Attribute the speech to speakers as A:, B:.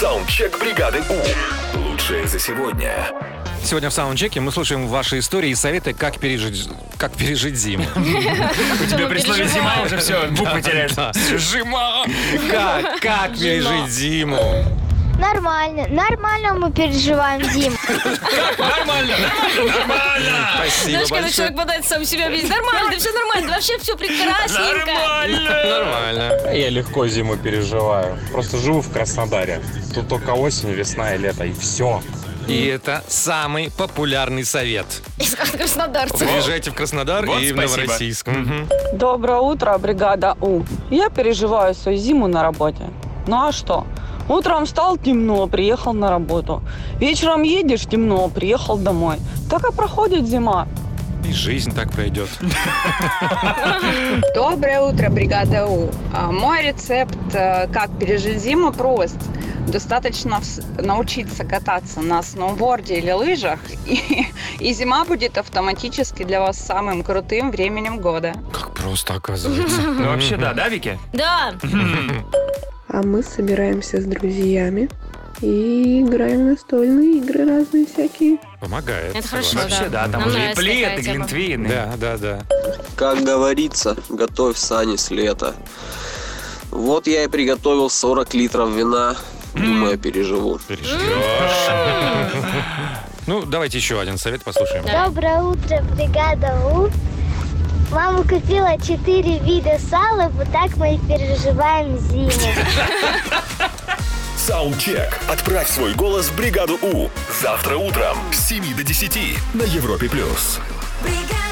A: Саундчек бригады У. Лучшее за сегодня.
B: Сегодня в саундчеке мы слушаем ваши истории и советы, как пережить, как пережить зиму.
C: У тебя при слове зима уже все, буквы теряешь.
B: Зима! Как, как пережить зиму?
D: Нормально, нормально мы переживаем зиму.
C: Нормально, нормально, нормально!
B: Спасибо
E: Знаешь, когда
B: большое.
E: человек бодает сам себя, говорит, нормально, да все нормально, да вообще все прекрасненько.
C: Нормально!
B: Нормально.
F: Я легко зиму переживаю. Просто живу в Краснодаре. Тут только осень, весна и лето, и все.
B: И это самый популярный совет.
E: Краснодарцы.
B: Приезжайте в Краснодар
C: Вот
B: и в
C: спасибо.
B: Новороссийск. Мгм.
G: Доброе утро, бригада У. Я переживаю свою зиму на работе. Ну а что? Утром встал, темно, приехал на работу. Вечером едешь, темно, приехал домой. Так и проходит зима.
B: И жизнь так пройдет.
H: Доброе утро, бригада У. А, Мой рецепт, э, как пережить зиму, прост. Достаточно вс- научиться кататься на сноуборде или лыжах, и, и зима будет автоматически для вас самым крутым временем года.
B: Как просто оказывается.
C: Ну вообще да, да, Вики?
E: Да,
I: А мы собираемся с друзьями и играем в настольные игры разные всякие.
B: Помогает.
E: Это хорошо.
B: Согласен.
C: Вообще да, там
E: Нам
C: уже и
E: нравится
C: плед,
E: такая
C: и
E: тема.
C: глинтвейн. и-
B: Да, да, да.
J: Как говорится, готовь сани с лета. Вот я и приготовил 40 литров вина. Думаю, переживу.
B: Ну, давайте еще один совет послушаем.
D: Доброе утро, бригада У. Мама купила 4 вида сала, вот так мы и переживаем зиму.
A: Саундчек. Отправь свой голос в бригаду У. Завтра утром с 7 до 10 на Европе+. плюс.
K: бригада.